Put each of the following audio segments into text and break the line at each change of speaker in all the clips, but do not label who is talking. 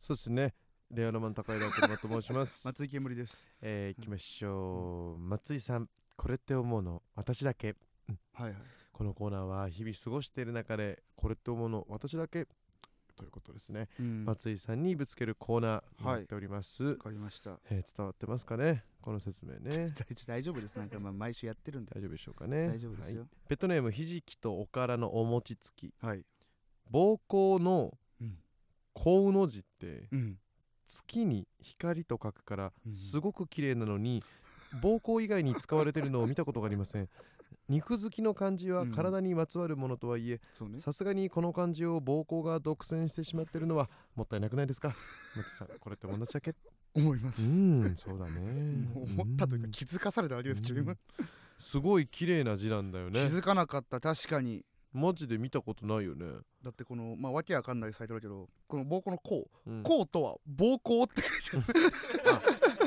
そうですね。レアロマン高井田車と申しま す。
松井煙です。
えー、行きましょう。松井さん、これって思うの私だけ。
はいはい。
このコーナーは日々過ごしている中で、これって思うの私だけということですね。
うんわ
松井さんにぶつけるコーナーになっております。
かりました。
えー伝わってますかねこの説明 ね。
大大丈夫です。なんかまあ毎週やってるんで。
大丈夫でしょうか ね。
大丈夫です
はい
よ。
ペットネームひじきとおからのお餅つき。
はい。
膀胱の
うん
幸うの字って
うん。
月に光と書くから
うん
すごく綺麗なのに、膀胱以外に使われてるのを見たことがありません肉好きの漢字は
うん
体にまつわるものとはいえ
そうね。
さすがにこの漢字を膀胱が独占してしまってるのはもったいなくないですか松さんこれって同じだけ
思いま
う
す。
んそうだね
もう思ったというか
ん
気づかされたわけですけど
う
今
ん。すごい綺麗な字なんだよ
気
ね
づかなかった確かに。
マジで見たことないよね、
だってこのまあわけわかんないサイトだけど、この膀胱のこう、
うん
こうとは膀胱って書いて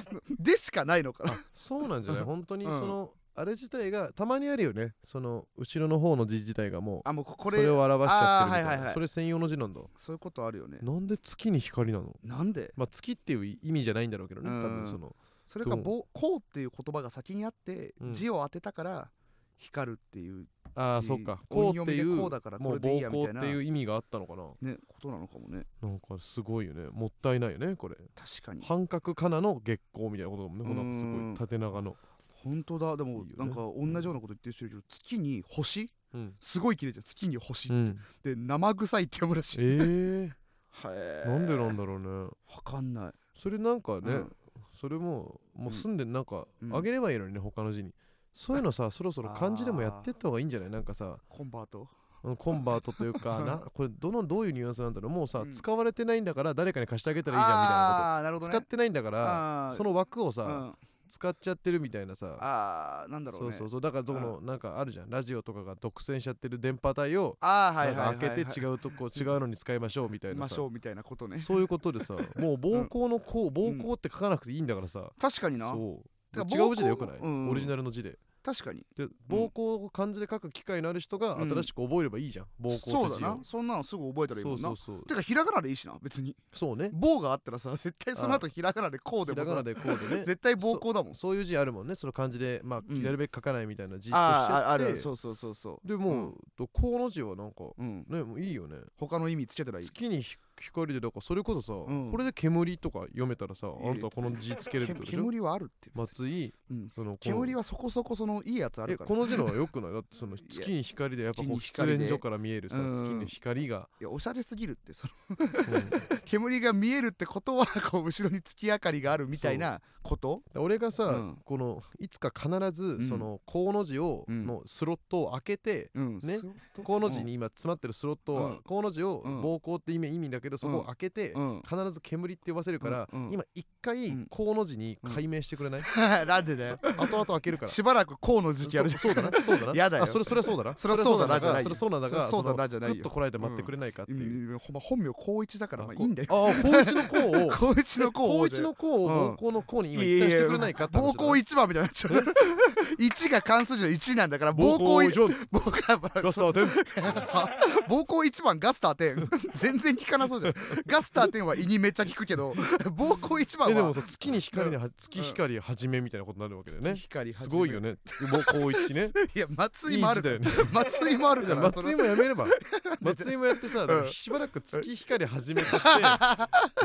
ある。 でしかないのかな。
そうなんじゃない本当に
うん
その、あれ自体がたまにあるよねその後ろの方の字自体がも
あもうこ
う
これ
それを表しちゃってるみたいな、
あーはいはいはい
それ専用の字なんだ
そういうことあるよね。
なんで月に光なの
なんで？
まあ月っていう意味じゃないんだろうけどね
うん
多分その
それ
ど
か
う
膀胱っていう言葉が先にあって
うん
字を当てたから光るっていう
ああ
字
そうかこ
音
うっ
読
て
み
いう
でこ
も
う
う
だからこれでいい
暴
やみ
行
た
っ
いな
ていう意味があったのかな
ねことなのかもね
なんかすごいよねもったいないよねこれ
確かに
半角かなの月光みたいなことだもんねほんなんかす
う
ご
ん
い縦長の
本当だでも
いいよね
なんか同じようなこと言ってる人いるけど月に星
うん、
すごい綺麗じゃん月に星
う
っ
ん、
て生臭いって読むらしい
えー、
はえ
なんでなんだろうね
わかんない
それなんかね、
うん
それももううん住んでなんか
うん
あげればいいのにね、他の字にそういうのさそろそろ漢字でもやってった方がいいんじゃないなんかさ
コンバート
うんコンバートという かなこれどのどういうニュアンスなんだろうもうさ、
うん
使われてないんだから誰かに貸してあげたらいいじゃんみたいな
ああーなる
こ
ほ
と使
ど
っ
ね
てないんだから
あー
その枠をさ、
うん
使っちゃってるみたいなさ
あーなんだろ
そうう
ね
そうそうだからどのなんかあるじゃんラジオとかが独占しちゃってる電波帯を
ああは
ないん
は
か
い
開けて
う
違うとこ違うのに使いましょうみたいな
まし
さ
ょうみたいなことね
そういうこと でさもう膀胱のこう膀胱って書かなくていいんだからさ
確かにな
そう
だから
違う字でよくない、
膀胱うん
オリジナルの字で
確かに
で膀胱を漢字で書く機会のある人が
うん
新しく覚えればいいじゃん、膀胱って字を
そうだなそんなのすぐ覚えたらいい
そ
も
うん
な
そうそう
てかひらがなでいいしな別に
そうね
棒があったらさ絶対その後ひらがなでこうで
ひ
も
らがな
さ
でこうでね
絶対暴行だもん
そういう字あるもんねその漢字でまあ、
うん
なるべく書かないみたいな字としち
ああ
ゃ
あ
って
るそうそうそうそ
でもう、とこの字はなんか
ううん
ねもういいよね
他の意味つけたらいい
月にひ光でだからそれこそさ、
ん
これで煙とか読めたらさ
いい
あなたはこの字つけれるって
け
ことでしょ
煙はあるっていう
松井
うん
そのこの
煙はそこそこそのいいやつあ
え
るから
こ
い
の字のはよくないだってそ の月に光でやっぱこう喫
月に光で
煙所から見えるさ
うんうん
月の光 が、
やおしゃれすぎるってその
うん
煙が見えるってことはこう後ろに月明かりがあるみたいなこと
俺がさ、
うん
このいつか必ず
ん
その「コウの字を、
うん
のスロットを開けて
うん
ね
そう
「コウの字に今詰まってるスロット
う
は「
ん
コウの字を
うん
暴行って意味意味だけどそこを開けて、
うん
必ず煙って呼ばせるから、
うんうん
今一
う
回
ん
「コウの字に解明してくれない、
なんでだよ
後々開けるから。
しばらくこうの時期あるじゃん
そうそうだなそうだな
やだよ
あそれそれはそうだな
それはそうだなじゃないよ
それはそうだな
それ
が
はそうだなじゃないよ
グッとこらえて待ってくれないかって
う
いう、
んほんま本名高一だからまあいいんだよ
ああ高一のこうを
高一のこう
高一の子を暴行の子に今一体してくれないかって
暴行一番みたいになっちゃ う一が関数字の一なんだから暴
暴
行
行
一
以上
暴行
ガスターテン
暴行一番ガスターテン全然聞かなそうじゃんガスターテンは胃にめっちゃ効くけど暴行一番
えでも
は
さ月に光では月光はじめみたいなことになるわけだよね
光
すごいよね高一ね
いや松
いい
井もある
字
か
だ
ら
よね
松井もあるからそ
松
の
井もやめ れば松井もやってさだからしばらく月光はじめと してや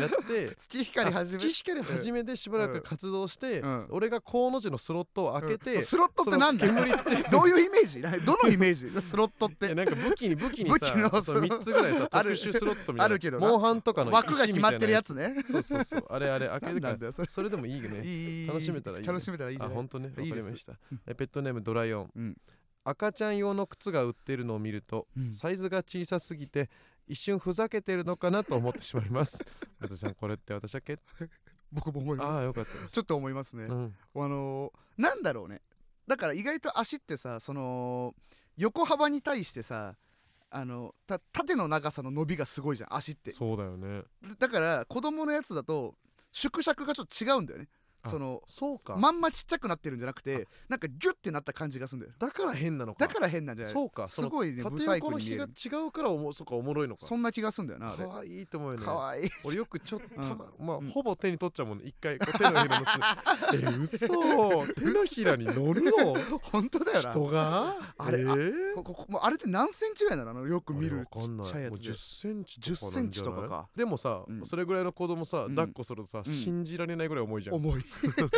って
月光
あ
始め
月光はじめでしばらく活動して、
うん
俺がコウの字のスロットを開けて、
うんスロットってなんだ
その煙って
どういうイメージ どのイメージスロットっ
いや
て
なんか武器に武器にさ
武器の
そう3つぐらいさ
あ
特
る
殊スロットみたいな
あるけどな
モンハンとかの
枠が
石
決
み
ま
たいな
ってるやつね
そうそうそうあれあれ開けるか
な
ら
んだよそれ
それでもいいよね。
いい
楽しめたらいいね
楽しめたらいいじゃ
あ、
ない
本当ね。わか
いい
り
です
ました。えペットネームドライオン、
うん
赤ちゃん用の靴が売ってるのを見ると、
うん
サイズが小さすぎて、一瞬ふざけてるのかなと思ってしまい ます。松井さん、これって私だけ
僕も思い
ああ、
ます
よかったです。
ちょっと思いますね
うん、
あのーなんだろうねだから意外と足ってさその横幅に対してさあのた縦の長さの伸びがすごいじゃん足って
そうだよね。
だから子供のやつだと縮尺がちょっと違うんだよね
あ
その
そうか、
まんまちっちゃくなってるんじゃなくてなんかギュッてなった感じがするんだよ
だから変なのか
だから変なんじゃない
そうか
す
その
ごいねブ
縦
サイ
横
ク
の
に見え
比が
る
違うからおもそうかおもろいのか
そんな気がするんだよなあれ
可愛いって思うよね
かわいい
俺よくちょっと、たままあ、
うん
ほぼ手に取っちゃうもんね一回こう手のひらの つえ嘘手のひらに乗るの
本当だよな
人が
あれ
え
あ
ー
こここもうあれって何センチぐらいなのあのよく見る
あ
ち
れわかん
っ
ない
ちゃいや
も
つ
う
で
10センチ
10センチとかか
でもさ、
うん
それぐらいの子供さ、
うん
抱っこするとさ、
うん
信じられないぐらい重いじゃんめっ
重い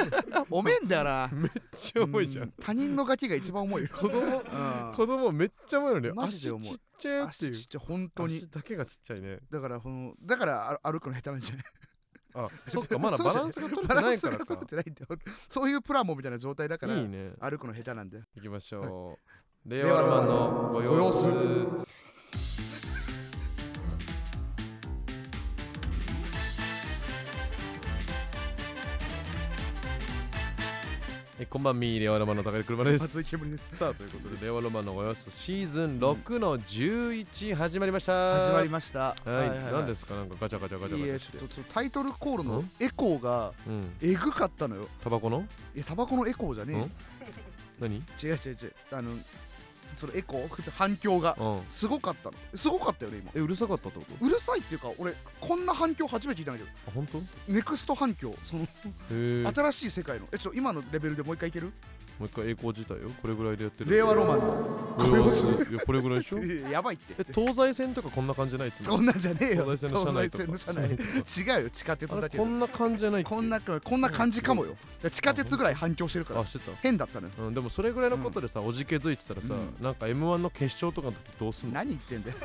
重いんだよな
ちゃ重いじゃん、
う他人のガキが一番重いよ
子供
うん
子供めっちゃ重いのね
マジ
足
で
ちっ
重い
ちゃいってい
足
う
ちっちゃい本当に
足だけがちっちゃいね
だからこのだからあ歩くの下手な んじゃない
あそっかまだ
そう
バ
じゃ
ラ
ない
ンスが取れて
バラ
な
ン
い
ス
か
が
ら
取
か
れてないんだよそういうプラモみたいな状態だから
いいね
歩くの下手なんだよ
行きましょう、令
い
和ロマンのご様子
ご
えこんばんみ令和ロマンの高井車で
まず
す
い煙です
さあということで令和ロマンのご様子シーズン6の11始まりました
始まりまし
は
た
い、何ですすかなんかガチャガチャガチ
い
ャ
い
ガ
え
チャ
ち
し
ょ
て
っとそのタイトルコールの
ん
エコーが
うん
えぐかったのよ
タバコの
いやタバコのエコーじゃね
何
えよ違う違う違うあのそのエコー普通反響が
うん
すごかったのすごかったよね今
えうるさかったってこと
うるさいっていうか俺こんな反響初めて聞いたんだけ
あ本当へ
どネクスト反響その
えも
新しい世界のえちょっと今のレベルでもう一回いける
う一回栄光自体よこれぐらいでやってる
令和ロマンの
これ
ご様子
いやこれぐらいでしょ
いややばいって
え東西線とかこんな感じじゃないつ
そ
も
んなんじゃねえよ
東西線の車内とか
東西線の
車内とか
車内違うよ地下鉄
あ
だ
れ
け
こ
ど
んな感じじゃないって
こんなこんな感じかもよ地下鉄ぐらい反響してるから
あしてた
変だったのよ
うん、でもそれぐらいのことでさ、おじけづいてたらさ、
うん
なんか m 1の決勝とかの時どうすんの
何言ってんだよ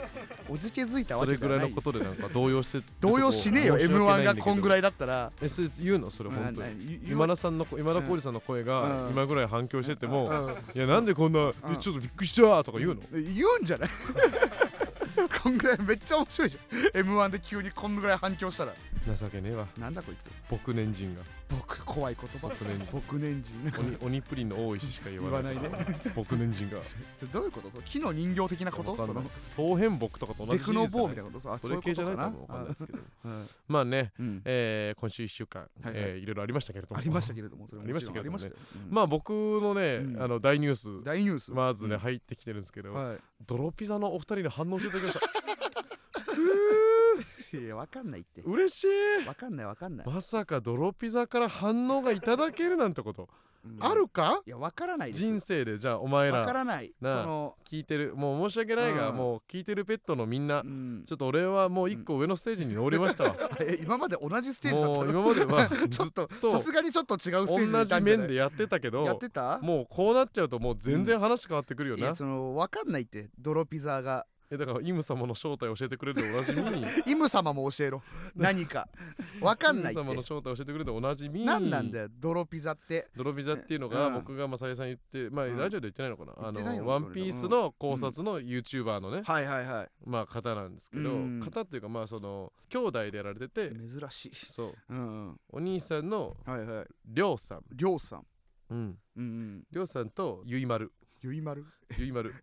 おじけづいた
そ
わ
れ
けじ
ぐら
ゃ
い
な
の
い
ことでなんか動揺して
動揺しねえよ m 1がこんぐ
い
らいだったら
えそれ言うのそれ本当に
に
今田さんの声今田耕司さんの声が
うん
今ぐらい反響してても、いやなんでこんな、えちょっとびっくりしたとか言うの、
言うんじゃない こんぐらいめっちゃ面白いじゃん m 1で急にこんぐらい反響したら
情けねえわ
なんだこいつ
僕年人が
僕怖い言葉
僕年人
僕年人
鬼鬼プリンの大石しか言わない
言わない
僕年人が
それどういうことその木の人形的なこと
わか
そ
んない
の
東変木とかと同
デ
じシ
ク
リー
ノ
ズじゃ
ボー
な
み
い
たいなことあ
それ系じゃないかもわかんないですけどまあね、
うん
えー、今週1週間、
はいはい
えーいろいろありましたけれども
ありましたけれども、それも
ありましたけれども
もちろんありましたよ。うん
まあ僕のね、
うん
あの大ニュース
大ニュース。
まずね、
うん
入ってきてるんですけど、
は
ドロピザのお二人の反応していただきました
い。 いや、わかんないって。
嬉しい
わかんない、わかんない。
まさかドロピザから反応がいただけるなんてこと
うん
あるか
いや、わからないです。
人生でじゃあお前
わかららない。そ
なあ
の、
聞いてるもう申し訳ないが、
うん
もう聞いてるペットのみんな、
うん
ちょっと俺はもう一個上のステージに乗りましたわ、
え今まで同じステージだっ
も
た
う
の
今までは
ちょっと
ずっと
さすがにちょっと違うステージにい
同じ
たんじゃな
面
い
でやってたけ
や
ど
ってた
もうこうなっちゃうともう全然話変わってくるよ
い
な、
やそのわかんないってドロピザーが
えだからイム様の正体を教えてくれるでおなじみ
イム様も教えろ 何かわかんないっ
イム様の
て
正体を教えてくれるでおなじみ
何なんだよドロピザって
ドロビザっていうのが
うん
僕がまさゆさん言ってまあ
うん
ラジオで言ってないのかな、
言ってない
あ
の
の
かな
ワンピースの考察の YouTuber のね、
はいはいは
まあ方なんですけど、
うん
方っていうかまあその兄弟でやられてて、
い珍しい
そう
うんうん
お兄さんの
はいはい
りょうさん、
りょうさん
うん、
うんうん
りょうさんとゆいまる
ゆいまる
ゆいま る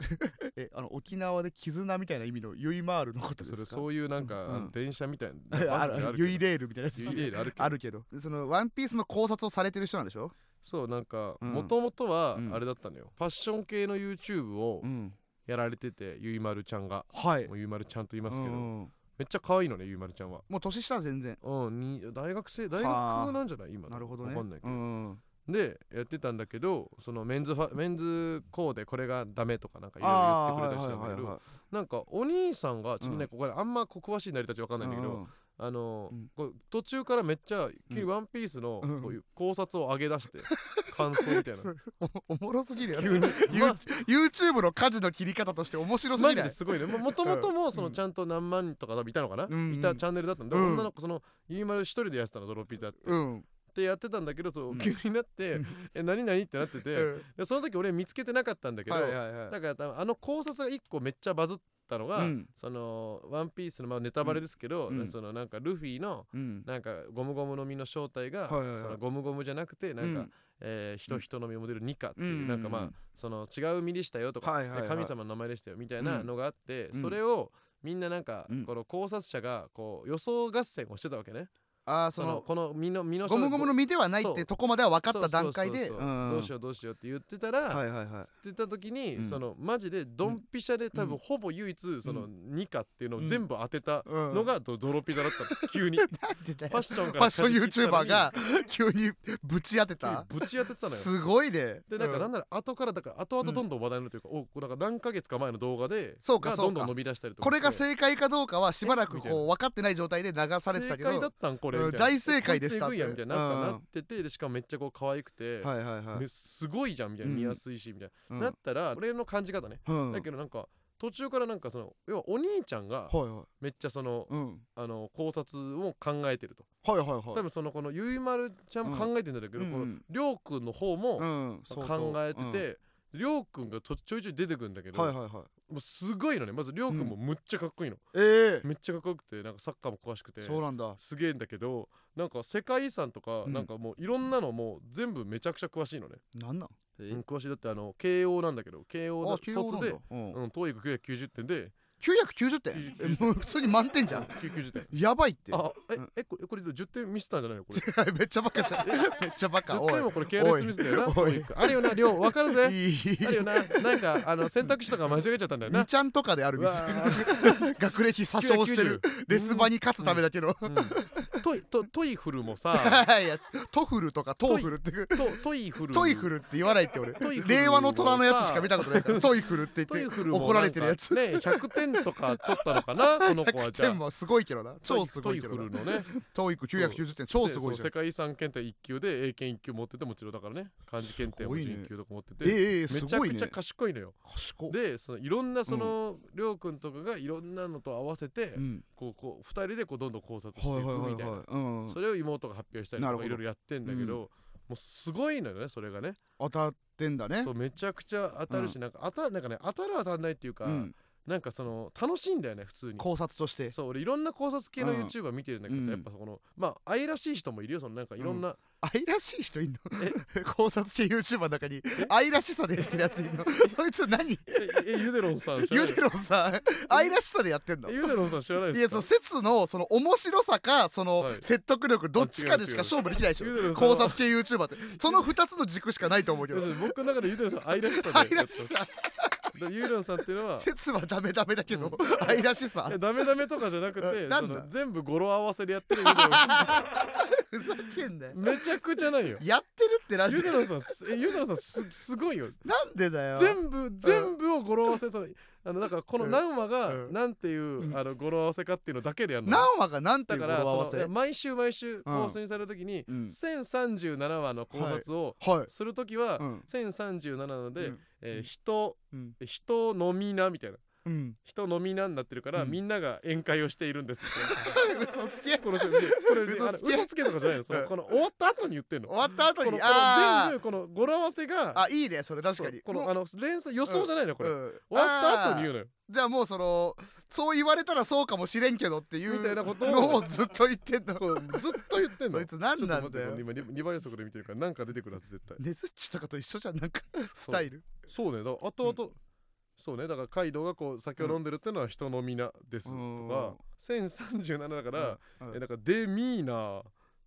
えあの沖縄で絆みたいな意味のゆいまーるのことです
そ
か
れそういうなんか、
うん
電車みたいな
あ
バスに
あ
けど
ゆいレールみたいなやつ
ゆいレールあるけど
あるけどそのワンピースの考察をされてる人なんでしょ
そうなんか
うん
もともとは
うん
あれだったのよ、ファッション系の YouTube を
ん
やられてて、ゆいまるちゃんが
はい
もうゆいまるちゃんと言いますけど、
うんうん
めっちゃ可愛いのねゆいまるちゃんは。
もう年下は全然
うん、に大学生大
はあ
学なんじゃない今の
なるほどね
わかんないけ
う
ど、
ん
でやってたんだけどそのメンズファメンズコーデこれがダメとかなんかいろい
あ
ろ言ってく
ー
れたりしたんだけどなんかお兄さんがちょっとね、ここであんまこ詳しい成り立ちわかんないんだけど、あのー
うん
こう途中からめっちゃ急に「
うん
ワンピースの
うん
こういう考察を上げ出して、感想みたいな
そ おもろすぎるよ
急に、
ユ
ま
ー YouTube の家事の切り方として面白す
マ
ぎ
ジ
な
で
い
すごいねもともともその
うん
ちゃんと何万人とか多分いたのかな、
うん
いたチャンネルだったんで、
うん
女の子そのゆいまる一人でやってたのドロピーだって。
うん
ってやってたんだけどそう、
うん
急になって「
うん
え何何?」ってなってて、
うん
でその時俺見つけてなかったんだけど、
はいはいはい
だから多分あの考察が一個めっちゃバズったのが、
うん
その「ワンピースのまあネタバレですけど、
うんうん
そのなんかルフィの
うん
なんかゴムゴムの実の正体が、
はいはいはい
そのゴムゴムじゃなくてなんか、
うん
えー人人の実モデルニカっていう、
うん
なんかまあその違う実でしたよとか、
はいはいはい
で神様の名前でしたよみたいなのがあって、
うん
それをみんななんか、
うん
この考察者がこう予想合戦をしてたわけね。
ああそ
その
の
この身の身の
ゴムゴムの身ではないっ
そ
て
う
とこまでは分かった段階で
そうそうそ
う
うそうんどうしようどうしようって言ってたら、
は いはいはい
って言った時に、
うん
そのマジでドンピシャで多
う
分
ん
ほぼ唯一そのニカっていうのを
うん
全部当てた
うん
のがドドロピザだ ったの急にフ
なんでだよ
ァッション
フ
か
ァ
ら
ッションユーチューバーが急にぶち当て
風に
た
ぶち当ててたのよ
すごいね
でなんか
う
なんなら後からだから後々どんどん話題になるというか、おこうなんか何ヶ月か前の動画で
そうか
が
そう
どんど
か
ん伸び出したりとか
これが
して
正解かどうかはしばらく
みたいな
こう分かってない状態で流されてたけど
正解だったんこれ、
うん
みたいな
大正解でした
こいつえぐいやんみたいな
うん
なんかなっててでしかもめっちゃこう可愛くて、
はいはいはい
めすごいじゃんみたいな
うん
見やすいしみたいな、
うん
なったら俺の感じ方ね、
うん
だけどなんか途中からなんかその要はお兄ちゃんが
はいはい
めっちゃその、
うん
あの考察を考えてると
はいはいはい
多分そのこのゆいまるちゃんも考えてんだけど、
うん
こ
う
の
ん
りょうくんの方も
うん相
考
当
えてて、りょうくんがとちょいちょい出てくるんだけ
うん
ど、
はいはいはい
もうすごいのねまずりょうくんもむっちゃかっこいいの、
え
めっちゃかっこよくてなんかサッカーも詳しくて
えそうなんだ
すげえんだけどなんか世界遺産とか、
うん
なんかもういろんなのもう全部めちゃくちゃ詳しいのね、
なんなん
うん詳しいだってあの慶応なんだけど慶応
あ
の
急用な
卒
ん
で
だうん
うん、TOEIC 990点で
990点えもう普通に満点じゃん
990点
やばいって
あえ
うん
えこれこれ10点ミスったんじゃないのこれ
めっちゃバ カじゃんめっちゃバカ
10
お
回
い
もこれケアレスミスだよな
おい
教育あるよな量分かるぜ
いい
あるよななんかあの選択肢とか間違えちゃったんだよな
2ちゃんとかであるミス学歴詐称してるレス場に勝つためだけど
うんトイトトイフルも さ
いやトフルとかトーフルって
トトイフル
トイフルって言わないって俺
トイフル
令和の虎のやつしか見たことないからトイフルって
トイ
言っ
フ
て
ルも
怒られてるやつ
なんかね100点とか取ったのかな この子は
100
じゃ
点
あ
もすごいけどな超すごいけ
トイ
ど
フル
な
のね
トーイック990点超
です
ごいじ
そう
ゃ
ん世界遺産検定1級で英検1級持っててもちろんだからね漢字検定も
すごいね
1級とか持ってて、
ええす
めちゃ
ごい
く
ね
ちゃ賢いのよ
賢っ
でそのいろんなその、りょうくんとかがいろんなのと合わせて、
うん
こうこう2人でこうどんどん考察してい
は
く
い
みた
は
いな、
いはいはいうん
それを妹が発表したり
な
と
るほ
か
ど
いろいろやってんだけど、もうすごいのよねそれがね
当たってんだね
そうめちゃくちゃ当たるし、なんか当たなんかね当たる当たんないっていうか、
うん
なんかその楽しいんだよね普通に。
考察として
そう俺いろんな考察系の
うん
YouTuber 見てるんだけどさ、
うん
やっぱこのまあ愛らしい人もいるよそのなんかいろんな、
愛らしい人いんの 考察系 YouTuber の中に愛らしさでやってるやつい んのそいつ何
ええゆでろんさん知ら
ゆ
ない
でろんさん愛らしさでやってんの
ゆでろんさん知らない
い
で
や
す
そ
か
の説のその面白さかその
はい
説得力どっちかでし
あ違う違う
か勝負できないでし
ゆでろ
ょ
んさん
考
は
察系 YouTuber ってその2つの軸しかないと思うけ
要す
ど
るに僕の中でゆでろんさん愛らしさで
愛らし
だ
さ
からゆでろんさんっていうの は
説はダメダメだけど愛らしさ
いやダメダメとかじゃなくて
えなん
そ
だ
の全部語呂合わせでやってるゆでろんさ
ふざけんなよ
んめちゃくちゃないよ
やってるってなんで
ゆでろんさんすえゆでろんさんすすごいよ
なんでだよ
全部全部を語呂合わせそのあのなんかこの
うん
何話が
うん
なんていううんあの語呂合わせかっていうのだけでやるの
何話が何てい
だ
う
か
語
ら
呂合わ
そ
せ
の
はい
毎週毎週放送にされるときに
うん
1037話の考察をするときは
うん
1037なので、
うん
え
う
ー
ん
人
うん
人飲みなみたいな
うん
人飲みなになってるから、
うん
みんなが宴会をしているんですって
嘘つ け終
この人でこれ
嘘
嘘
つ
つ
け
嘘つけとかじゃないのその
うん
この終わった後に言ってんの
わった
こ
後
のこの
に
全
あ
部この語呂合わせ
あ
が
あいいねそれ確かに
そうこの
もう
あの連載予想じゃないのこれ、
うん
終わった後に言うのよ
じゃあもうそのそう言われたらそうかもしれんけどっていう
みたいなことを
のをずっと言ってんの
こうずっと言ってんの
そいつ何
ちょっ
な
と
ん
待
だ
ってこ
よ
れ今 2, 倍予測で見てるからなんか出てくるはず絶対
ネズッチとかと一緒じゃんなんかスタイル
そうねだから後々、そうねだからカイドウがこう酒を飲んでるっていうのは人飲みなですとか、1037だから、
うん
えなんかデミーナー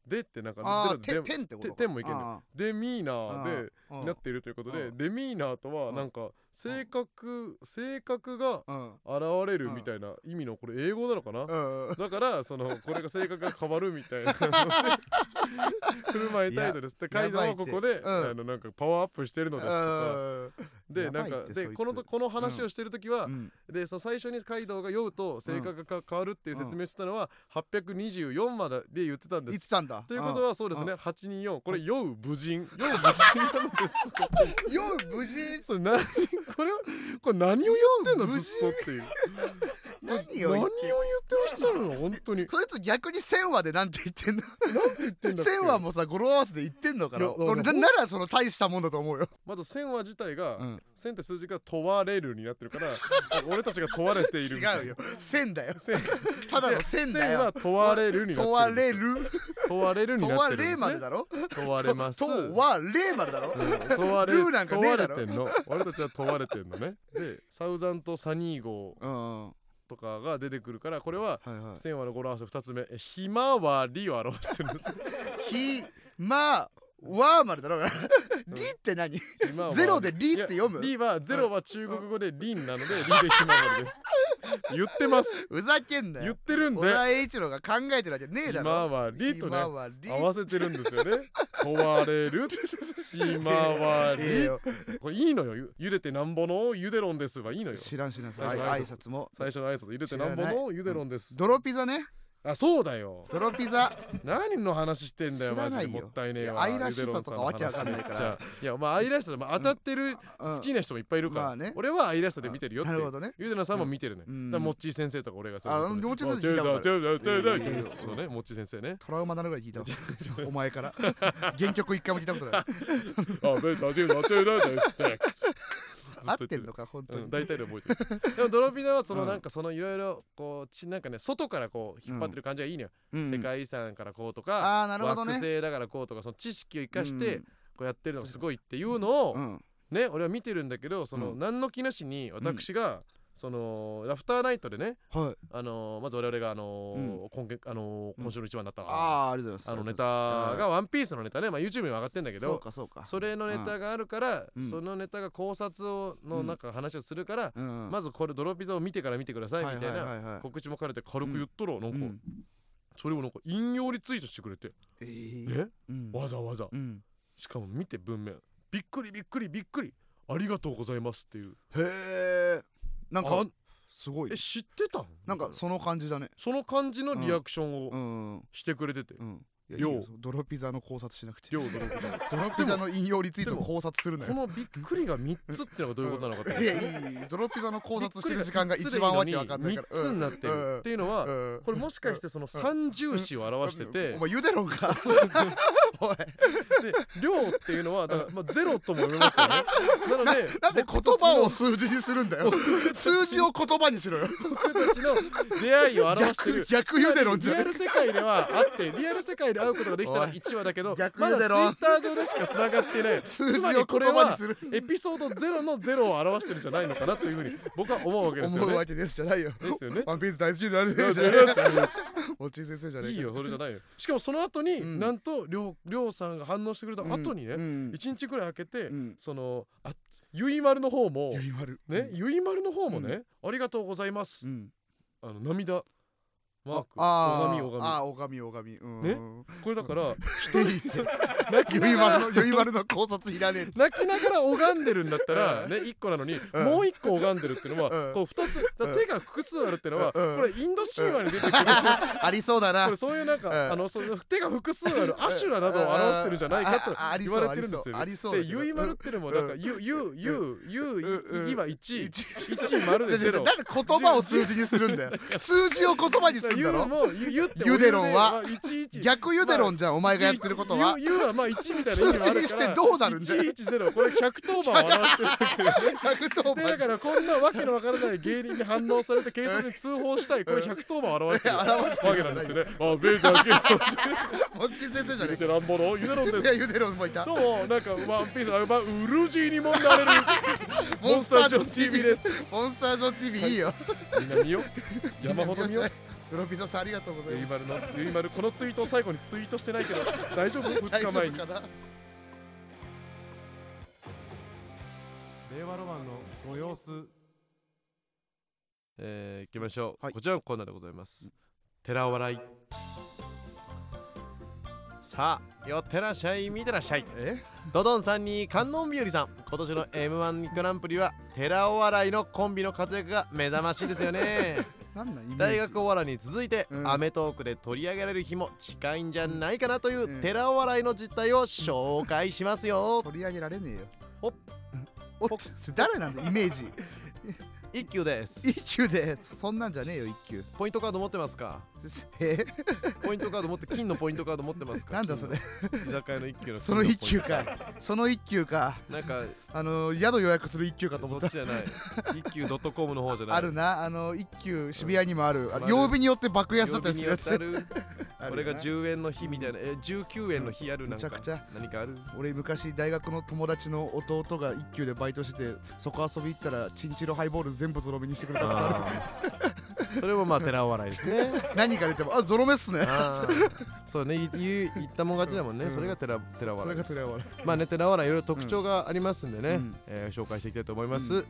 でってなんか
あー
でで
ててんってことか
ててんもいけんのよデミーナ
あー
ーで
あー
になっているということ
う
で
ん
デミーナーとは
うん
なんか性格性格が
うん
現れるみたいな意味のこれ英語なのかな
うん
だからそ のこれが性格が変わるみたいな 振る舞い態度ですって
や
カイドウは
やば
こ
いって
こで
うん
あのなんかパワーアップしてるのですとか
や
で
ばい
な
っ
んかで
てそいつ
このとこの話をしてる時は
うん
でその最初にカイドウが酔うと性格が変わるっていう説明をしてたのは824までで言ってたんです
言ってたんだ
ということはそうですね、824これ酔う無人酔う無人なん ですとか
うんよう無事
それ何これはこれ何を言ってんの
無人
ずっとっていう
何を
何を
言
言
っ
っててらっしゃるの本当に
そいつ逆に千話でなんて言ってんの
何て言ってんだっけ
千話もさ語呂合わせで言ってんのか
い
な
や
俺なならその大したもんだと思うよ
まず千話自体が、
うん
千って数字が問われるになってるから俺たちが問われているみたいな
違うよ千だよ
千
ただの千だ
千
よ
は問われるになってるんですよ
問われる
問われるに
問
なっ
わ
てるんです、
れ
ね、
までだろ
問われます
問われまでだろ
うん問われ
ルーなんかねえだろ
問われてんの俺たちは問われてんのねでサウザンとサニー号
うん
ととかが出てくるからこれは
はいはい
千話の語呂合わせ2つ目えひまわりを表してる んですよ
ひまわまでだろうから りって何
ひまわり
ゼロでりって読む
いやりはゼロは中国語でりんなのでりでひまわりです言ってます
ふざけんな
言
よ
ってるんで
小田栄一郎が考えてるわけねえ
ひ
だ
ま
ろ
わりとね
ひまわり
合わせてるんですよね問われ るひまわ
ええ
り
よ
これいいのよゆゆでてなんぼのゆでろんですはいいのよ
知らん知らん
最初
挨
の挨拶
拶も
最初の挨拶ゆでてなんぼ
知らな
のゆでろんです
泥ピザね
あそうだよ
泥ピザ
何の話してんだよ
知ら
マ
な
ジ
い
で
よ
もったいねえ
いや
わ
愛らしさとかわけわかんないから
ゆでろんさんの話めっちゃいやまあ愛らしさで、まあ、当たってる
うん
好きな人もいっぱいいるから、
まあね
俺は愛らしさで見てるよって
なるほどね
ゆでろんさんも見てるね、
うん
だからもっちー先生とか俺がさ
あもっちー先生聞いたことある
テーテーテーテー
いいよいいよ
テーのねもっちー先生ね
トラウマなるぐらい聞い たわお前から原曲一回も聞いたことない
あベタテーテーテーステックス
合ってんのか本当
うん、
に
大体で覚 えてるでもドロピダはその
うん
なんかそのいろいろこうちなんかね外からこう引っ張ってる感じがいいのよ、
うん
世界遺産からこうとか、
ああなるほど
惑
ね
星だからこうとかその知識を生かして
うん
こうやってるのがすごいっていうのを、
うん
ね俺は見てるんだけどその、
うん
何の気なしに私が、そのラフターナイトでね、
はい
あのーまず我々が、あのー
う
今月あのー
うん
今週の一番だったのは、
ああありがとうござ
あ
います
のネタが「ワンピースのネタね、まあ、YouTube にも上がってんだけ
そう
ど
かそうか
それのネタがあるから、
うん
そのネタが考察をの中話をするから、
うん
まずこれドロピザを見てから見てくださいみたいな
な
告知も兼ねて軽く言っとろう、
う
なんか
ん
それをなんか引用リツイートしてくれて、
えー
え
うん
わざわざ
うん
しかも見て文面びっくりびっくりびっくりありがとうございますっていう
へえな
なん
かすごい
え知ってたん
なんか
みたい
その感じだね
その感じのリアクション
う
を
ん
してくれてて、
うんいや
よう
いいよ泥ピザの考察しなくて
両ドロピザ
ドロピザの引用リツイートを考察するな
こ
よ
のびっくりが3つってのがどういうことなのかって
いやいいドロピザの考察してる時間が一番わけわかんないから
3つになってるっていうのは、
うん
これもしかしてその三重視を表してて
お、前ゆでろんか おい
で量っていうのはだから、まあ、ゼロとも読めますよ ね なので
なんで言葉を数字にするんだ よ数字を言葉にしろよ
僕たちの出会いを表して
逆
る
逆ゆでろんじ
リ
ゃ
ア
ん
ル世界ではあってリアル世界で会うことができたら
おい
1話だけど
逆
ま
ゆ
だツイ
で
ッ
ろ
ター上でしかつながってない
数字
つま
を
りこれ
言葉に
は
する
エピソード0の0を表してるんじゃないのかなというふうに僕は思うわけです
思
よ
う
ね
わ。けですじゃないよ
ですよね。
ワンピース大好きだねじゃないおちい先生じゃねえ
いいよそれじゃないよ。しかもその後に、
うん
なんとりょうりょうさんが反応してくれた後にね、
ね
1日くらい空けて、
うん
そのあゆいまるの方も
ゆいまる
ねゆいまるの方もね、ありがとうございます
う、ん
あの涙マーク
あ
拝み拝み
あ拝み拝みうん
ねこれだから一人
ゆいまるのゆいまるの考察いらね
泣きながら拝んでるんだったらね一個なのに
うん
もう一個拝んでるっていうの
う
は
ん
こう二つだから手が複数あるっていうのはこ
うん
れインド神話に出てくる
え ありそうだな
これそういうなん
うん
かあのそういう手が複数あるアシュラなどを表してるんじゃないかと
あああり
言
そう
われてるんですよ
あ
ね
りそうあり
で
そうだけど
ゆいまるっていうのもなんか
う
ゆゆゆゆ
うん
いいは
一
一一丸で
じ
ゼ
ゃじゃ
ロ
なんで言葉を数字にする んだよ数字を言葉にするん
ゆ
だろ
もゆゆって
ゆでろんは
11
逆ゆでろんじゃんお前がやってることは
ゆゆはまあ1みたいな意味もあるから
数字にしてどうなるんだよ
110これ110番を表してるんだけどね
110
でだからこんなわけのわからない芸人に反応されて警察に通報したいこれ110番表してる
表してる
わけなんですよね。あベージャー
もっちい先生じゃね
見てなんぼのゆでろんで
えいや
す。
ゆでろんもいた
どうもなんかワンピースのアルバムウルジーにもなれるモンスタージョン TV です。
モンスタージョン TV いいよ
みんな見よう山ほど見よう
ドロピザさんありがとうござ
ゆ
い
い
ま
まするのゆいまるこのツイートを最後にツイートしてないけど大丈夫2日前に
大丈夫かな
令和ロマンのご様子えー、いきましょう、
はい
こちらのコーナーでございます寺笑いさあよってらっしゃい見てらっしゃい
え
ドドンさんに観音日和さん今年の m 1グランプリは寺お笑いのコンビの活躍が目覚ましいですよ ね
なんなんイメージ
大学お笑いに続いて、
うん
アメトークで取り上げられる日も近いんじゃないかなという、
うん
寺お笑いの実態を紹介しますよ
取り上げられねえよ
おっ
おっつ誰なんだイメー ジ
一休です
一級でそんなんじゃねえよ一級
ポイントカード持ってますか
え
ポイントカード持って金のポイントカード持ってますか
なんだそれ
金の居酒屋の一級の
その一級
金ポイント
かその一級か
カードなんか
あの宿予約する一級かと
そ
思っ
ったちじゃない一級 .com の方じゃない
あるなあの一級渋谷にもある、あの
ある
曜日によって爆安だ
曜
ったり
日
す
に
る
よ
や
ってあ
つ
る
あ
こ
る
れ
よな
が10円の日みたいなえ19円の日あるなんか
めちゃくちゃ
何かある
俺昔大学の友達の弟が一級でバイトしててそこ遊び行ったらチンチロハイボール全部ゾロ目にしてくれたことある
あそれもまあ寺お笑いですね
何か出てもあゾロ目っすね
あーそうねい言う言ったもん勝ちだもんね、
うん
それが寺寺
そ
笑
れ
い
が
です
テラワラ
まあね寺笑いいろいろ特徴がありますんでね、
うん
えー紹介していきたいと思います、
うん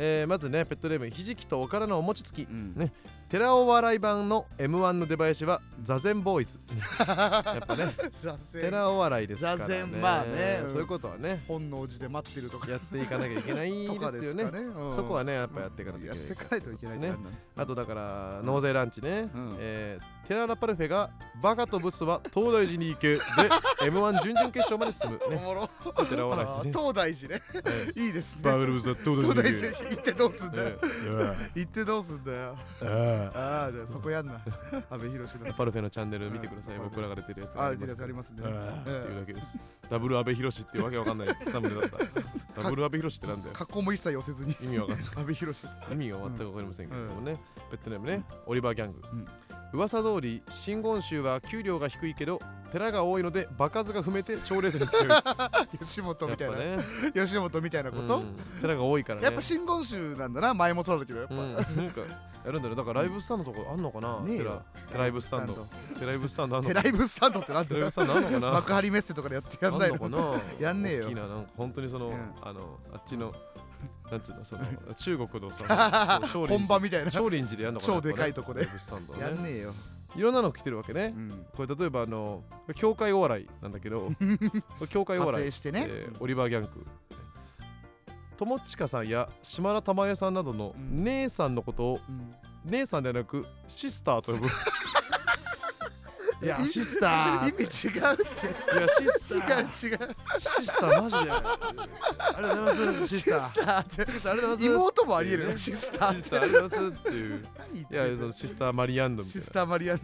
えーまずねペットネームひじきとおからのお餅つき、
うん
ね寺お笑い版の m 1の出囃子は座禅ボーイ ズやっぱね
座禅
寺お笑いですからね
座禅まあねうん
そういうことはね
本能寺で待ってるとか
やっていかなきゃいけないです
とかです
よね
かねうん
そこはねやっぱやっていかなきゃいけ
やっ
ない
ていかないといけないからね
あとだから納税ランチね、
うん
えーテララパルフェがバカとブスは東大寺に行け で m 1準々決勝まで進む
お
ね
もろ
寺お笑いですね
東大寺ね
はい
いいですね
カとブスは
東
東
大
行
寺行ってどうすんだよ
け え
行ってどうすんだよ
え
ああじゃあそこやんな 阿部 寛の
パルフェのチャンネル見てください僕らが出てるやつが
あ
あ
あ
りま
出るや
す
つありますね
あーっていう
え
だけですダブル阿部寛ってわけわかんないサムネだ ったダブル阿部寛ってなんだ
え
よ
格好も一切寄せずに
意味わかんない
阿部寛です
意味が全く分かりませんけれどもね、ペットネームね、オリバーギャング、
うん
噂通り真言宗は給料が低いけど寺が多いので場数が踏めて奨励者に強いやっ
吉本みた
ぱ
いな
ね
吉本みたいなこ
う
と
ん寺が多いからね
やっぱ真言宗なんだな前もそうだけどや
う
っぱ
ん、なんかやるんだねだからライブスタンドとかあんのかな、
ねえ
寺
よ
テライブスタンドテライブスタンドあんの
テ
かな
ライブスタンドってなん
テライブ
だ
スタンドあんのかな
幕張メッセとかでやってやんない
あん
の
のかな
やんねえよ
大きななんか本当にその、
うん
あのあっちのなんつうのその中国の さそう少林寺
本場みたいな
少林寺でやんのかな
超でかいとこで
やっぱねライブスタンドね
やんねえよ
いろんなの来てるわけね
う。ん
これ例えばあの教会お笑いなんだけどこれ教会お
派
笑い
生、してね
えーオリバー・ギャンク友近さんや島田珠代さんなどの
うん
姉さんのことを
うん
姉さんではな くシスターと呼ぶいや
い
シスター
意味違うって
いやシスター
違う違う
シスターマジでありがとうございますシスター
シスターって
シスターありがとうございます
妹もありえるよ
ね
シスター
シ
っ
ス
て
ターありがとうございますっていう
何言っ
い
て
や
ん
そ
の
のシスターマリアンドみた
シ
いな
スターマリアン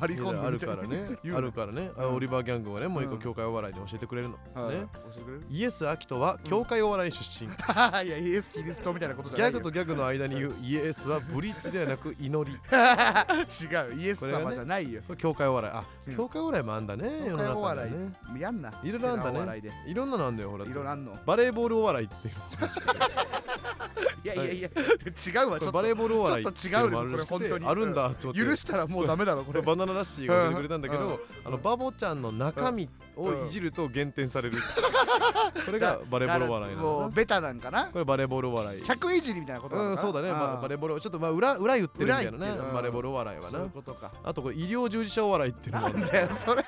マリコン
いや
ド
ある
みた
か
いな
らね
言うの
あるからね、あ
うん
オリバー・ギャングはねもう一
う
個
ん
教会お笑いで教えてくれるの、
はい
ね
教えてくれる
イエス・アキトは教会お笑い出身、
いやイエスキリストみたいなことじ
ギ
ゃな
ャ
いよ
グとギャグの間に言うイエスはブリッジではなく祈り
違うイエス様じゃないよ
これ教会お笑いあ
うん
教会お笑いもあんだね
教会お笑い
世の中にはね
やんない
ろいろあんだね
寺お笑いで
いろんなのあんだよほら
いろいろあんの
バレーボールお笑いっていう
いやいやいや違うわちょっと
バレーボールお笑い
ちょっと違うでし
っていのも
ょ
あるらしくて
これ本当に
あるんだと思って
許したらもうダメだろこ
こ
れ
れバナナラッシーが教えてくれたんだけど、
うん
あのバボちゃんの中身をいじると減点される、これがバレーボールお笑いなの
も
か
う
な
ベタ なんかな
これバレーボールお笑い
客いじりみたいなことな
う
の
ん、
かな
そうだね、
あ
ま
ー
あ、バレーボールちょっとまあ裏裏言ってるみたいな
裏言って
ね
る
バレーボールお笑いは
そういう
な
ことか
あとこれ医療従事者お笑いっていうのもあ
な
る
んだよそれ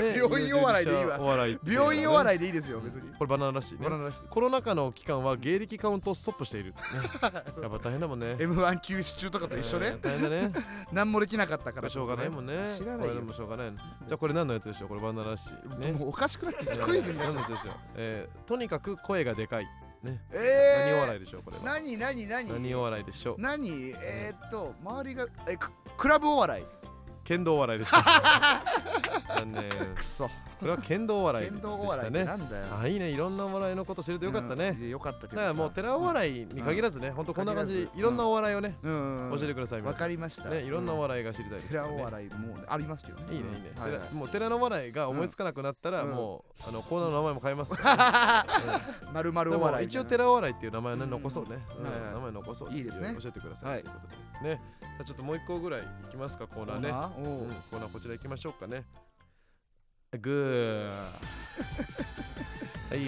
ね
病院お笑いでいいわ
医療従事者お笑い っていうのはね
病院お笑いでいいですよ別に
これバナナらしいね
バナナらしい
コロナ禍の期間は芸歴カウントをストップしている、ね やっぱ大変だもんね
M1 休止中とかと一緒
え
ね
ー大変だね
何もできなかった か
これ
ら
しょうがないもんね
知らな
こ
い
れで
よ
もしょうがないじゃあこれ何のやつでしょうこれバナナらしいね
もうおかしくなってきたクイズみたい
何
に
の
な
や
っ
つ
ち
でし
ゃう
ょうえーとにかく声がでかい何お
え
笑いでしょうこれ
ー
は
何何何
何お笑いでしょう
何えーっと周りがえククラブお笑い
剣道お笑いでした 残念
くそ
これは剣道お笑いで
剣
し
道お笑
た
いって
ね
なんだよ
あいいねいろんなお笑いのこと知れてよかったね
うん、いやよかった
だ
けど
か
さ
らもう寺お笑いに限らずね、ほんとこんな感じ
限らず
いろんなお笑いをね、
うんうん
教えてください皆
わ
さ
か
ん
りました
ねいろんなお笑いが知りたいです、ね
寺お笑いもうありますけどね
いいねいいね、
うんはいはい
寺もう寺の笑いが思いつかなくなったら、
うん
もうあのコーナーの名前も変え ますから、
まるま
うん
る
で
お
も
笑いみ
一
た
応
いな
寺お笑いっていう名前ね
うん
残そうね、うん
はいはい
名前残そうい
いいですね
教えてください、
はい
ということでねじゃあちょっともう一個ぐらいいきますかコーナーね
コーナーおう
うん、コーナーこちら行きましょうかねグーはい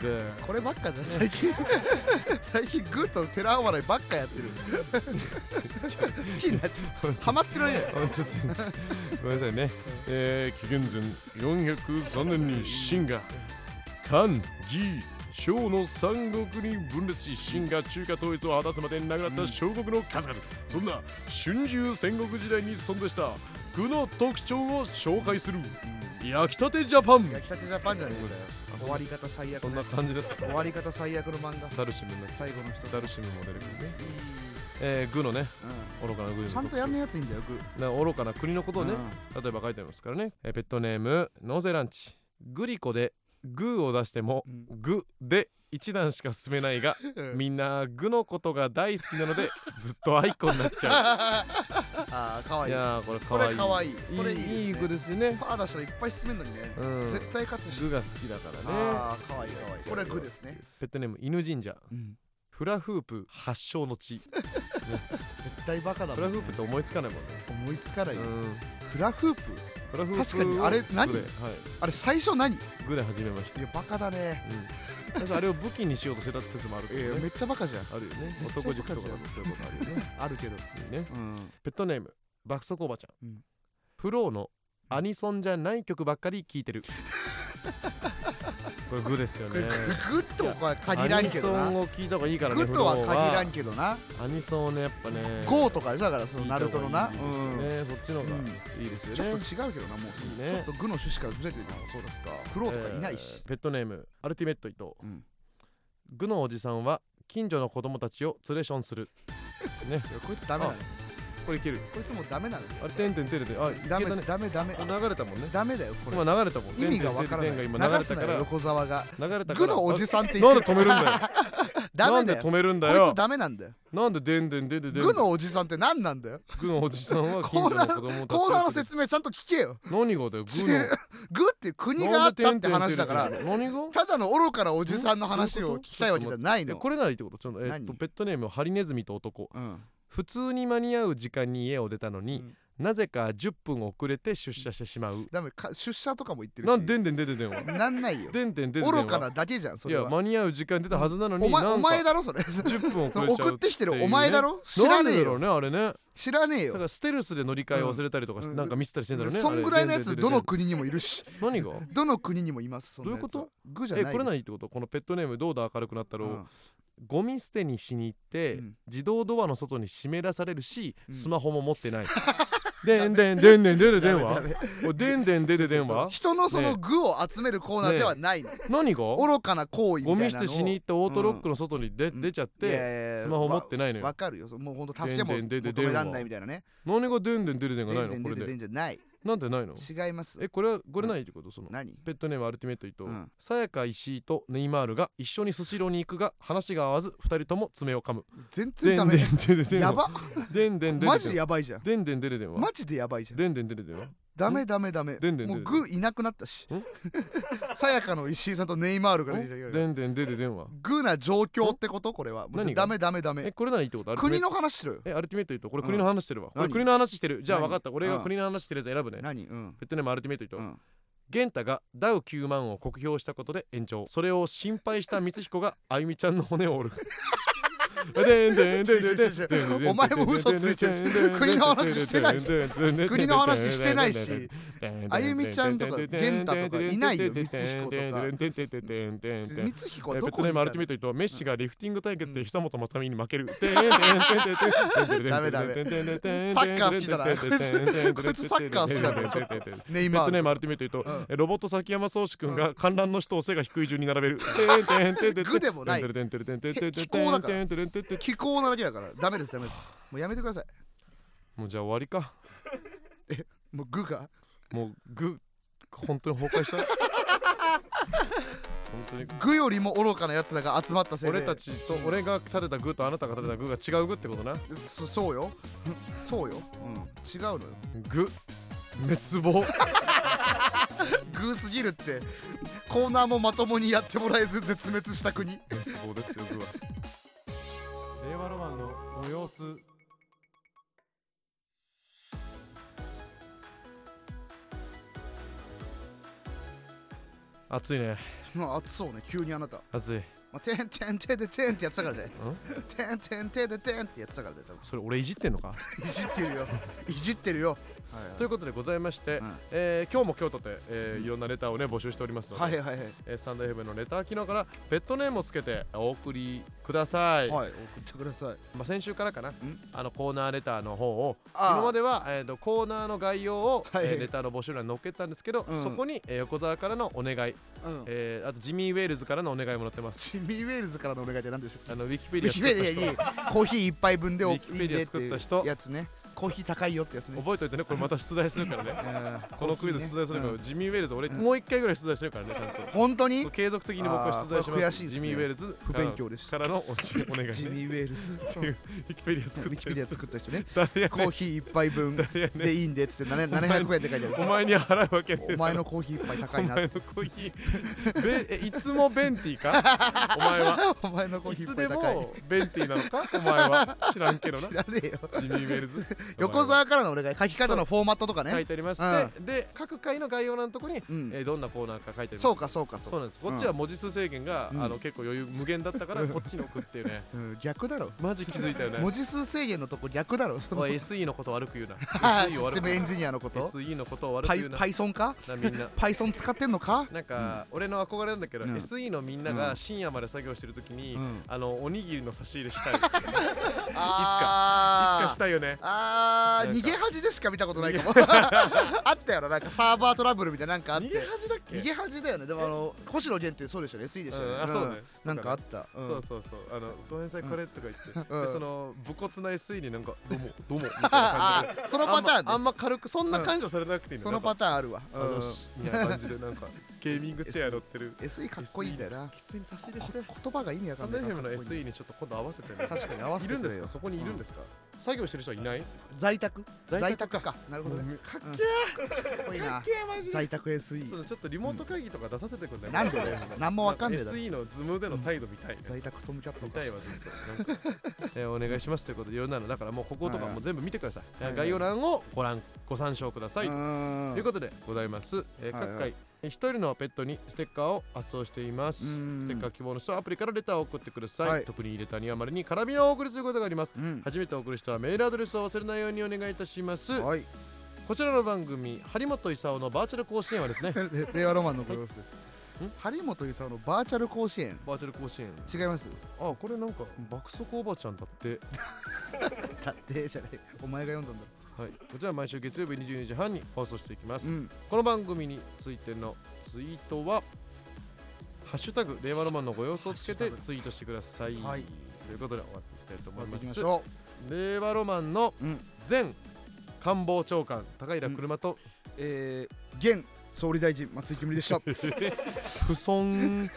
グー
こればっかじゃん最近 最近グッと寺お笑いばっかやってる 好きになっちゃうハマってられない
あちょっとごめんなさいね、えー、紀元前403年に秦が漢魏趙の三国に分裂し秦が中華統一を果たすまでになくなった小国の数々、そんな春秋戦国時代に存在した具の特徴を紹介する焼きたてジャパン
焼きたてジャパンじゃねえんだよ終わり方最悪
そんな感じだった
終わり方最悪の漫画
ダルシムの
最後の人
ダルシムモデルね、えー、具のね愚かな具の
う
特
んち
徴
ゃんとやんないやついいんだよグー
な愚かな国のことをね、
ん
例えば書いてありますからね、えーペットネームノーゼランチグリコでグーを出しても、
う
グで一段しか進め ないが
うん
みんなグのことが大好きなのでずっとアイコンになっち ゃ
ああかわ
う
い
い
い
やーこれか
こ
わい
れ
い
かわいい
い
これいいですね
いいい具ですよね
パー出したらいっぱい進めんのにね
うん
絶対勝つし
グが好きだからね
ああかわいいかわいいこれはグーですね
ペットネーム犬神社
うん
フラフープ発祥の地
絶対バカだ
フラ
もん、
フ
ね
ー、プって思いつかないもんね
思いつかない、
うん
フラフープ
フラフープ
確かにあれ何
グではい
あれ最初何い
グで始めました
やバカだね
うん、だからあれを武器にしようとしてた説もあるけ
いや
どね
めっちゃバカじゃん
あるよね
めっちゃ
男塾とかだとそういうことあるよね
あるけど
いいね
うん
ペットネーム爆速おばちゃん、
うん
フローのアニソンじゃない曲ばっかり聴い てるこれグですよ
グ
ね
ッとは限らんけど
アニ
な
ソ
グ
ンを聞いた方がいいからね
ッとは
フロ
限
ーは
らんけどな
アニソンをねやっぱね
ゴーとかでしょだからその
聞い
ナ
た
ル
方
トの
が
ない
いですよねそっちの方がいいです
うん
よ
ちょっ
ね
と違うけどなもう
いいね
ちょっとグの趣旨からずれてる
あそうですか
フローとかいないし
えーペットネームアルティメット伊藤
うん
グのおじさんは近所の子供たちを連れションする
いやこいつダメだね
これいける
こいつもうダメなの
あれてんてんてんてんあいけ
ダ
た
メ
ね
ダメダメ
あ流れたもんね
ダメだよこれ
今流れたもん
意味がわからない
てんてんてんてんが今流
流
れ
す
た
な
か
よ
ら
横澤が
流れたか
グ
ら
のおじさんって言
な
っ
ん
て
で止めるんだよ
ダ
な
メ
んで
だよ
止めるんだ
こい
よ
つダメなんだよ
なんででんでんでんでんでん
グのおじさんって何なんだよ
グのおじさんは近所の子供たち
コーナー
を連
の
れ
説明ちゃんと聞けよ
何がだよグ
ち
の
グっていう国があったって話だから
何が
ただの愚かなおじさんの話を聞きたいわけじゃない
え
の
これならいいってことちょっと、えっと
何
ペットネームハリネズミと男
うん
普通に間に合う時間に家を出たのに、なぜか10分遅れて出社してしまう、
ダメか出社とかも言ってるし
なんでんでんでんでんでんは
なんないよ
でんでんでんでんは
愚かなだけじゃんそ
い
れ
や
は
間に合う時間に出たはずなのに
お前
なんか
お前だろそれ
10分遅れちゃう
送ってきてるお
っ
前
ていう
だ
ね
ろ知ら
なん
ねえよ
でだろうねあれね
知らねえ
だか
よ
らステルスで乗り換え忘れたりとかし
うん
なんかミスったりしてんだろうね
そんぐらいのやつどの
国
国にもいるし
何が
どの国にもいますそんなやつは
どういうこ
グじゃな
え
いです
これないってことこのペットネームどうだ明るくなったろう、
うん
ゴミ捨てにしに行って、
うん
自動ドアの外に締め出されるし、
うん
スマホも持ってないでんでんでんでんでんでんでん
ダ
は
メダメ
おいでんでんでんでんでんは
人のそ
ね
の具を集めるコーナーではないの、
何がゴ
愚かな行為みたいなのを
ミ捨てしに行ってオートロックの外に出,、
うん
出ちゃっ
い
て
やいやいや
スマホ持ってないのよ
わわかるよもうほんと助けも
でんでんでんでん
求めらんないみたいなね
何がでんでんでんでんが
で
ないの
んでん
こ
でん
れ
でんで
で
んじゃない
なんでないの
違います
えこれはこれないってことその
何
ペットネームアルティメット伊藤
うん
さやか石井とネイマールが一緒にスシローに行くが話が合わず二人とも爪を噛む
全然
で
ダ
んでん
メ
でんでんでん
や
は
ば
でんでんでんでんは
マジでやばいじゃん
でんでんでんでんは
マジでやばいじゃん
でんでんでんでんは
ダメダメダメ
でんでんで
も
ん
う具いなくなったし
ん
さやかの石井さんとネイマールが出てきたけど
でんでんでんでんは
具な状況ってことこれはもう
何が
ダメダメダ
え
メ
これならいいってことアルティメ
国
ット
の話しろよ
えアルティメット伊藤これ
うん
国の話してるわこれ
何
国の話してるじゃあ
何
分かった俺が
うん
国の話してるやつ選ぶね
何うん
ペットネームアルティメット伊
う
藤
ん
玄太がダウ9万を酷評したことで延長それを心配した光彦があゆみちゃんの骨を折るでんでんでんでんでんでんでんでん
お前も嘘ついてるし国の話してないし国の話してないしあゆみちゃんとか玄太とかいないよ光彦とか光彦は
ペ
ど
ット
こ
ネ
に
ー
い
ムア
た
ルティメ
の
ットとメッシがリフティング対決で久本雅美に負ける。ペット
ネイマー
ネー
ル
ムアルティメット言うと、えロボット崎山宗志くんが観覧の人を背が低い順に並べる。
具でもない
てんてんてんてんてんてんてん
気候だから
てんてんてんてんてん
気候なだけだからダメですダメですもうやめてください
もうじゃあ終わりか。
もう具が
もうぐ本当に崩壊した。本当に
具よりも愚かなやつらが集まったせいで
俺たちと俺が立てたグーとあなたが立てたグーが違うグーってことな。
そそうよそうよ、違うのよ
グ滅亡。
グーすぎるってコーナーもまともにやってもらえず絶滅した国
滅亡ですよグーは。令和ロマンのご様子。暑いね。
まあ暑そうね急にあなた、ま
暑い。
あ、てんてんてんでてんってやってたからねてんてんてんでてんってやってたからね多分
それ俺いじってんのか。
いじってるよ いじってるよ
ということでございまして、
うん
えー今日も今日とて、えーいろんなレターをね募集しておりますので、
はいはいはいはい
えースタンド FM のレター機能からペットネームをつけてお送りください、
はい送ってください
まあ、先週からかなんあのコーナーレターの方を
ああ
今までは、えーとコーナーの概要を、
はい
えーレターの募集欄に載っけたんですけど、
うん
そこに、えー横澤からのお願い、
うん
えーあとジミー・ウェールズからのお願いも載ってます
ジミー・ウェールズからのお願いって何でしょ
あのウィキペ
ウ
ディア
ィキ
作
ペ
った
ディア
人
にコーヒー一杯分でお
ウィキペディア
いいねってい
作
う
った人
やつねコーヒー高いよってやつね
覚えといてねこれまた出題するから ね
うん
このクイズ
コーヒ
出
ーね
題するから、
うん
ジミー・ウェールズ俺もう一回ぐらい出題してるからねちゃんと
本当に
そう継続的に僕は出題しま
あーこれ
す
悔しいですね
ジミー・ウェールズ
不勉強でした
からのおしお願いね
ジミー・ウェールズって いう
ウィキペディア
ウ
作っ
ィキ
て
ペディア作った人ね
誰や
コーヒー一杯 分
誰やねん
でいいんでっつってなね700円って書いてあ
お
る
前に払うわけねえ
お前のコーヒー一杯高いな
お前のコー ヒーべえいつもベンティーかお前は
お前のコー
い
ヒー一
つ
杯
で
高い
もベンティーなの かお前は知らんけどな
知らねえよ
ジミー・ウェルズ
横澤からの俺が書き方のフォーマットとか
書
ね
いてありまして、で各回の概要欄のとこに、
うん
えーどんなコーナーか書いてあります
そうかそうかそ
そう
う
なんですこっちは文字数制限が、
うん
あの結構余裕無限だったからこっちに送っていう ね
か、うん、逆だろ
マジ気づいたよね
文字数制限のとこ逆だろその
おい SE のこと悪く言うな
あ
SE
ーシ
を
ス
悪
テ
く
ム
言
エ
う
ン
な
ジニアのこと
SE のことを悪く
パイ
言うな
Python か
なみん な
Python 使ってんのか
なんか、俺の憧れなんだけど、
うん
SE のみんなが深夜まで作業してるときに、
うん
あのおにぎりの差し入れしたいいつか
あ
したいよね
あー
なんか
逃げ恥でしか見たことない かもあったよななんかサーバートラブルみたいななんかあっ
逃
て
げ恥だっけ
逃げ恥だよねでもあの星野源ってそうでしたね SE でしたね
うんあそうね
なんかあったうん
そうそうそうあのごめんなさいこれとか言って、
うん
でその武骨な SE になんかどうもどうもみたいな
あ
感じで
あ そのパターンです
あんまあんま軽くそんな感情されなくていい
そのパ
タ
ターンあるわ
ーン
うん
みたいな感じで なんかゲーミングチェア乗ってる
SE かっこいいんだよな
きついに差し入れ
こ
して
言葉が意味わか
サン
んな
デ
い
ー
か
フェム
ら
の
かっこいい
SE にちょっと今度合わせてね
確かに合わせ
い
て
るん
く
で
れ
す
よ
かそこにいるんですか、作業してる人はいない
在宅
在
在
宅
宅かなるほどね
もうかっけ
うん
え
かっこいい
か
な
っけえマジで
在宅 SE
そのちょっとリモート会議とか出させてくんだよ、
なんでだよなんもわかんねえだろ
SE のズームでの態度見たい、ね
在宅トムキャット
見
か
たいわずっとなんか、えーお願いしますということでいろんなのだからもうこことか
はいは
も
い
全部見てください、えー
はいはい
概要欄をご覧ご参照ください、
う
と
ーん
いうことでございます、えー
はいはい
各回えー一人のペットにステッカーを発送しています
うーん
ステッカー希望の人はアプリからレターを送ってください、
はい
特に入れたにはまれにカラビナをお送りすることがあります
うん
初めてお送る人はメールアドレスを忘れないようにお願いいたします
はい
こちらの番組張本勲のバーチャル甲子園はですね
令和ロマンのご様子です
ん
張本勲のバーチャル甲子園
バーチャル甲子園
違います
あこれなんか爆速おばちゃんだって
だってじゃねえお前が読んだんだ
はいこちら毎週月曜日22時半に放送していきます、
うん
この番組についてのツイートは「ハッシュタグ令和ロマンのご様子」をつけ
ハ
て
ッシュタグ
ツイートしてください、
はい
ということで終わっていきたいと思
や
い
ってい
ま
き
す
ましょ
令和ロマンの
ううん
前官房長官高平車と
えー現総理大臣松井きむりでした
不損